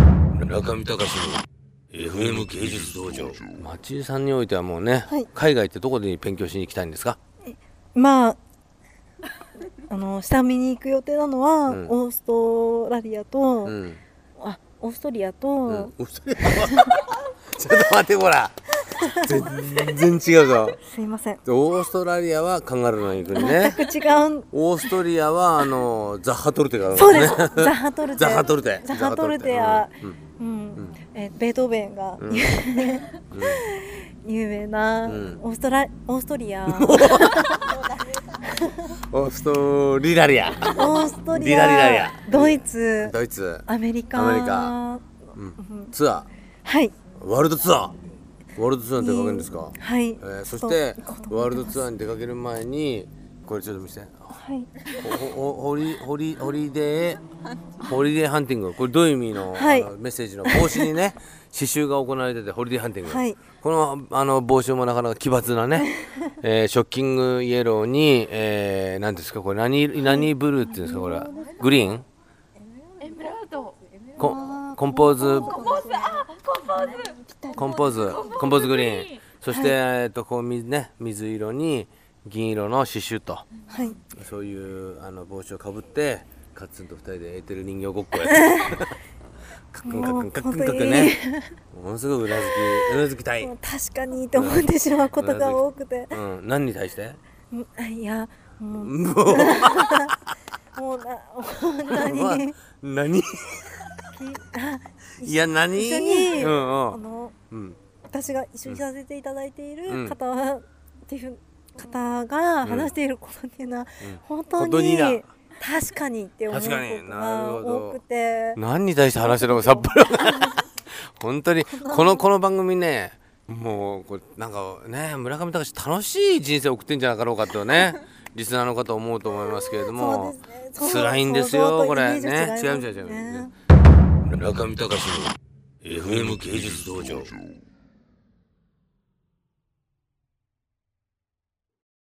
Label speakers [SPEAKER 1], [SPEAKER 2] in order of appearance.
[SPEAKER 1] 村上隆の FM 芸術道場
[SPEAKER 2] 町井さんにおいてはもうね、
[SPEAKER 3] はい
[SPEAKER 2] 海外ってどこで勉強しに行きたいんですか
[SPEAKER 3] まあ、あの、下見に行く予定なのは、
[SPEAKER 2] うん
[SPEAKER 3] オーストラリアと、
[SPEAKER 2] うん、
[SPEAKER 3] あ、オーストリアと、
[SPEAKER 2] うん、お二人はちょっと待ってほら全然違うぞ
[SPEAKER 3] すいません。
[SPEAKER 2] オーストラリアはカンガルーの行くにね
[SPEAKER 3] 全く違う。
[SPEAKER 2] オーストリアはあのザッハトルテがあるん
[SPEAKER 3] そうで
[SPEAKER 2] ね
[SPEAKER 3] す。ザハトルテ。
[SPEAKER 2] ザッハトルテ
[SPEAKER 3] ザッハトルテや、
[SPEAKER 2] うんうん
[SPEAKER 3] うん、えベートーベンが、
[SPEAKER 2] うん
[SPEAKER 3] 有名な、
[SPEAKER 2] うん
[SPEAKER 3] オーストラオーストリ ア、
[SPEAKER 2] オーストリラリア
[SPEAKER 3] オーストリ
[SPEAKER 2] リラリラリア
[SPEAKER 3] ア、ドイツ、
[SPEAKER 2] ドイツ、
[SPEAKER 3] アメリカ、
[SPEAKER 2] アメリカうん、ツア
[SPEAKER 3] はい。
[SPEAKER 2] ーワールドツアーワールドツアーに出かけるんですか、
[SPEAKER 3] はい。
[SPEAKER 2] えーそして
[SPEAKER 3] ちょっと
[SPEAKER 2] ワールドツアーに出かける前にこれちょっと見せて
[SPEAKER 3] はい。
[SPEAKER 2] ほほホリホリホリデーホリデーハンティングこれどういう意味の,、
[SPEAKER 3] はい
[SPEAKER 2] あのメッセージの帽子に ね刺繍が行われててホリデーハンティング、
[SPEAKER 3] はい
[SPEAKER 2] このあの帽子もなかなか奇抜なね、 えーショッキングイエローに、えー、何ですかこれ何何ブルーっていうんですかこれグリーン
[SPEAKER 4] エメラルド。
[SPEAKER 2] コンコンポーズ
[SPEAKER 4] ポーズ、あ、コンポーズ。
[SPEAKER 2] コンポーズコンポーズグリ
[SPEAKER 4] グリ
[SPEAKER 2] ー
[SPEAKER 4] ー
[SPEAKER 2] ンそして、えー、とこうみね水色に銀色の刺繍と。
[SPEAKER 3] はい。
[SPEAKER 2] そういうあの帽子をかぶってカッツンと二人でエーテル人形ごっこやってカックンカックンカックンカックンねものすごいうなずきうなずき たい、
[SPEAKER 3] もう
[SPEAKER 2] う
[SPEAKER 3] 確かにって思ってしまうことが多くて、
[SPEAKER 2] ん、何に対して
[SPEAKER 3] うんいや、もう
[SPEAKER 2] もう
[SPEAKER 3] も うな、本当に、
[SPEAKER 2] 何 何いや何
[SPEAKER 3] 一緒に、
[SPEAKER 2] うんう
[SPEAKER 3] あ
[SPEAKER 2] ん
[SPEAKER 3] の
[SPEAKER 2] うん
[SPEAKER 3] 私が一緒にさせていただいてい
[SPEAKER 2] うん
[SPEAKER 3] る方、っていう方が話していることっていうのは、本
[SPEAKER 2] 本
[SPEAKER 3] 当
[SPEAKER 2] 当
[SPEAKER 3] に
[SPEAKER 2] にな
[SPEAKER 3] 確かにって思うこ
[SPEAKER 2] 確かに
[SPEAKER 3] と
[SPEAKER 2] なる
[SPEAKER 3] が
[SPEAKER 2] ほど
[SPEAKER 3] 多くて、
[SPEAKER 2] 何に対して話してるのかさっぱりわから ない本当にこのこの番組ねもうこれなんかね村上隆楽しい人生を送ってんじゃなかろうかと ねリスナーの方思うと思いますけれども、
[SPEAKER 3] そうですねそう
[SPEAKER 2] 辛いんです
[SPEAKER 3] 想像
[SPEAKER 2] よ
[SPEAKER 3] と
[SPEAKER 2] これ
[SPEAKER 3] イメ
[SPEAKER 2] ね
[SPEAKER 3] ージ
[SPEAKER 2] 違
[SPEAKER 3] が
[SPEAKER 2] う
[SPEAKER 3] 違います
[SPEAKER 2] 違う違う、
[SPEAKER 3] ね
[SPEAKER 1] 村上隆の FM 芸術道場